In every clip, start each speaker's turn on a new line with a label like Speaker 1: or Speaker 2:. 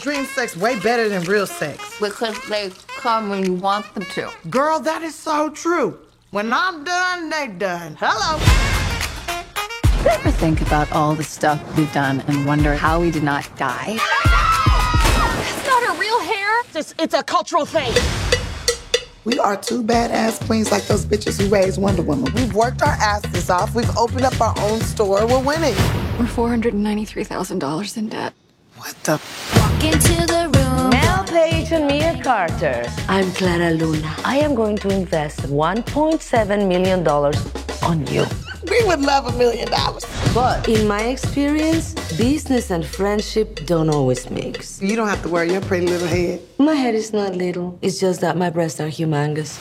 Speaker 1: dream sex way better than real sex.
Speaker 2: because they come when you want them to.
Speaker 1: Girl, that is so true. When I'm done, they done. Hello.
Speaker 3: ever think about all the stuff we've done and wonder how we did not die?
Speaker 4: That's not her real hair.
Speaker 5: It's, it's a cultural thing.
Speaker 6: We are two badass queens like those bitches who raised Wonder Woman.
Speaker 1: We've worked our asses off. We've opened up our own store. We're winning.
Speaker 7: We're $493,000 in debt.
Speaker 1: What the?
Speaker 4: Walk into the room.
Speaker 8: Mel Page and Mia Carter.
Speaker 9: I'm Clara Luna.
Speaker 8: I am going to invest $1.7 million on you.
Speaker 6: We would love a million dollars.
Speaker 8: But in my experience, business and friendship don't always mix.
Speaker 6: You don't have to worry your pretty little head.
Speaker 8: My head is not little, it's just that my breasts are humongous.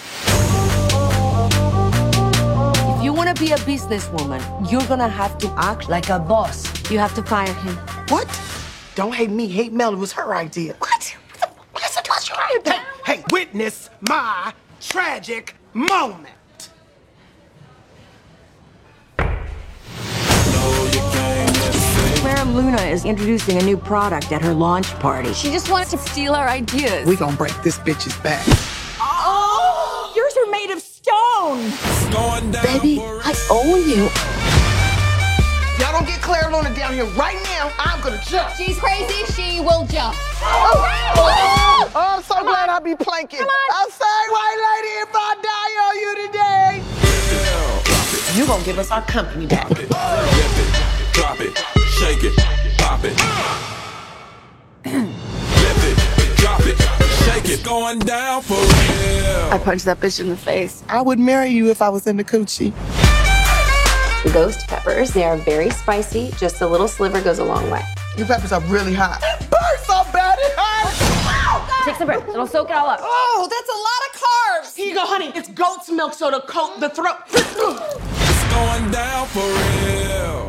Speaker 8: If you want to be a businesswoman, you're going to have to act like a boss. You have to fire him.
Speaker 6: What? Don't hate me, hate Mel. It was her idea. What? Yes, it was your idea.
Speaker 10: Hey, witness my tragic moment.
Speaker 8: Clara Luna is introducing a new product at her launch party.
Speaker 4: She just wanted to steal our ideas.
Speaker 6: We gonna break this bitch's back.
Speaker 5: Yours are made of stone.
Speaker 9: Baby, I owe you.
Speaker 1: Y'all don't get Clara Luna down here right now. I'm gonna jump.
Speaker 4: She's crazy. She will jump.
Speaker 1: Oh, I'm so glad I be planking. I'm sorry, white lady, if I die on you today.
Speaker 6: You gonna give us our company back.
Speaker 11: Drop it, shake it, pop it. Flip it, drop it, shake it. It's going down for real.
Speaker 3: I punched that bitch in the face.
Speaker 6: I would marry you if I was in the coochie.
Speaker 9: Ghost peppers. They are very spicy. Just a little sliver goes a long way.
Speaker 1: Your peppers are really hot. It burns so bad it hurts.
Speaker 2: Take some breath. It'll soak it all up.
Speaker 1: Oh, that's a lot of carbs.
Speaker 5: Here you go, honey. It's goat's milk, so to coat the throat.
Speaker 11: It's going down for real.